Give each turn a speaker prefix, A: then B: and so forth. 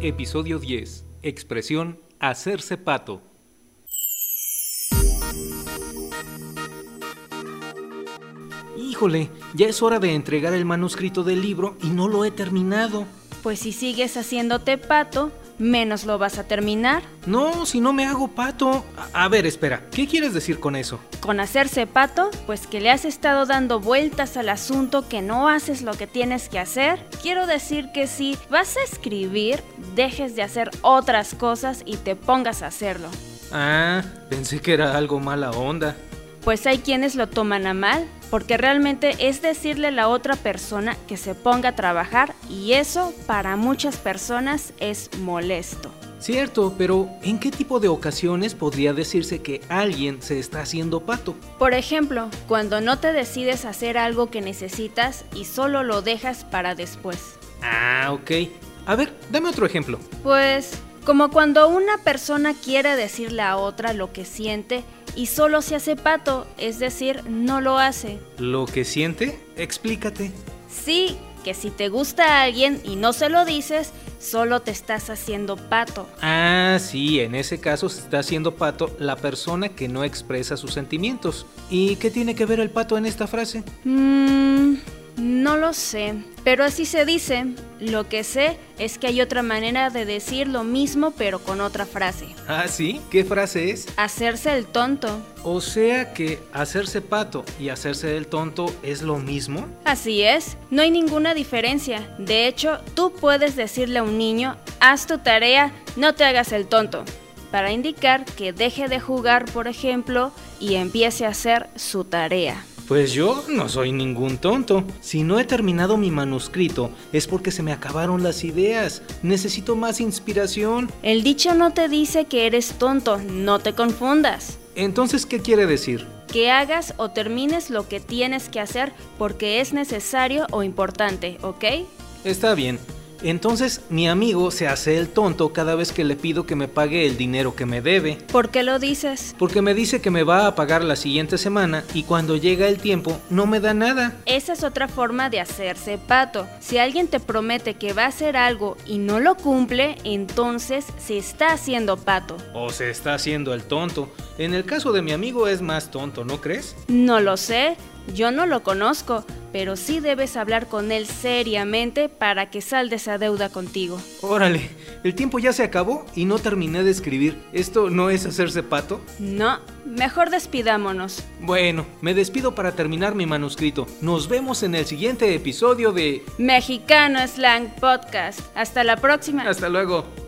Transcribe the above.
A: Episodio 10. Expresión hacerse pato. Híjole, ya es hora de entregar el manuscrito del libro y no lo he terminado.
B: Pues si sigues haciéndote pato, menos lo vas a terminar.
A: No, si no me hago pato. A, a ver, espera, ¿qué quieres decir con eso?
B: Con hacerse pato, pues que le has estado dando vueltas al asunto, que no haces lo que tienes que hacer. Quiero decir que si vas a escribir, dejes de hacer otras cosas y te pongas a hacerlo.
A: Ah, pensé que era algo mala onda.
B: Pues hay quienes lo toman a mal, porque realmente es decirle a la otra persona que se ponga a trabajar y eso para muchas personas es molesto.
A: Cierto, pero ¿en qué tipo de ocasiones podría decirse que alguien se está haciendo pato?
B: Por ejemplo, cuando no te decides hacer algo que necesitas y solo lo dejas para después.
A: Ah, ok. A ver, dame otro ejemplo.
B: Pues como cuando una persona quiere decirle a otra lo que siente y solo se hace pato, es decir, no lo hace.
A: ¿Lo que siente? Explícate.
B: Sí, que si te gusta a alguien y no se lo dices, solo te estás haciendo pato.
A: Ah, sí, en ese caso se está haciendo pato la persona que no expresa sus sentimientos. ¿Y qué tiene que ver el pato en esta frase?
B: Mmm, no lo sé, pero así se dice. Lo que sé es que hay otra manera de decir lo mismo pero con otra frase.
A: Ah, sí, ¿qué frase es?
B: Hacerse el tonto.
A: O sea que hacerse pato y hacerse el tonto es lo mismo.
B: Así es, no hay ninguna diferencia. De hecho, tú puedes decirle a un niño, haz tu tarea, no te hagas el tonto, para indicar que deje de jugar, por ejemplo, y empiece a hacer su tarea.
A: Pues yo no soy ningún tonto. Si no he terminado mi manuscrito es porque se me acabaron las ideas. Necesito más inspiración.
B: El dicho no te dice que eres tonto, no te confundas.
A: Entonces, ¿qué quiere decir?
B: Que hagas o termines lo que tienes que hacer porque es necesario o importante, ¿ok?
A: Está bien. Entonces mi amigo se hace el tonto cada vez que le pido que me pague el dinero que me debe.
B: ¿Por qué lo dices?
A: Porque me dice que me va a pagar la siguiente semana y cuando llega el tiempo no me da nada.
B: Esa es otra forma de hacerse pato. Si alguien te promete que va a hacer algo y no lo cumple, entonces se está haciendo pato.
A: O se está haciendo el tonto. En el caso de mi amigo es más tonto, ¿no crees?
B: No lo sé, yo no lo conozco pero sí debes hablar con él seriamente para que salde esa deuda contigo.
A: Órale, el tiempo ya se acabó y no terminé de escribir. ¿Esto no es hacerse pato?
B: No, mejor despidámonos.
A: Bueno, me despido para terminar mi manuscrito. Nos vemos en el siguiente episodio de
B: Mexicano Slang Podcast. Hasta la próxima.
A: Hasta luego.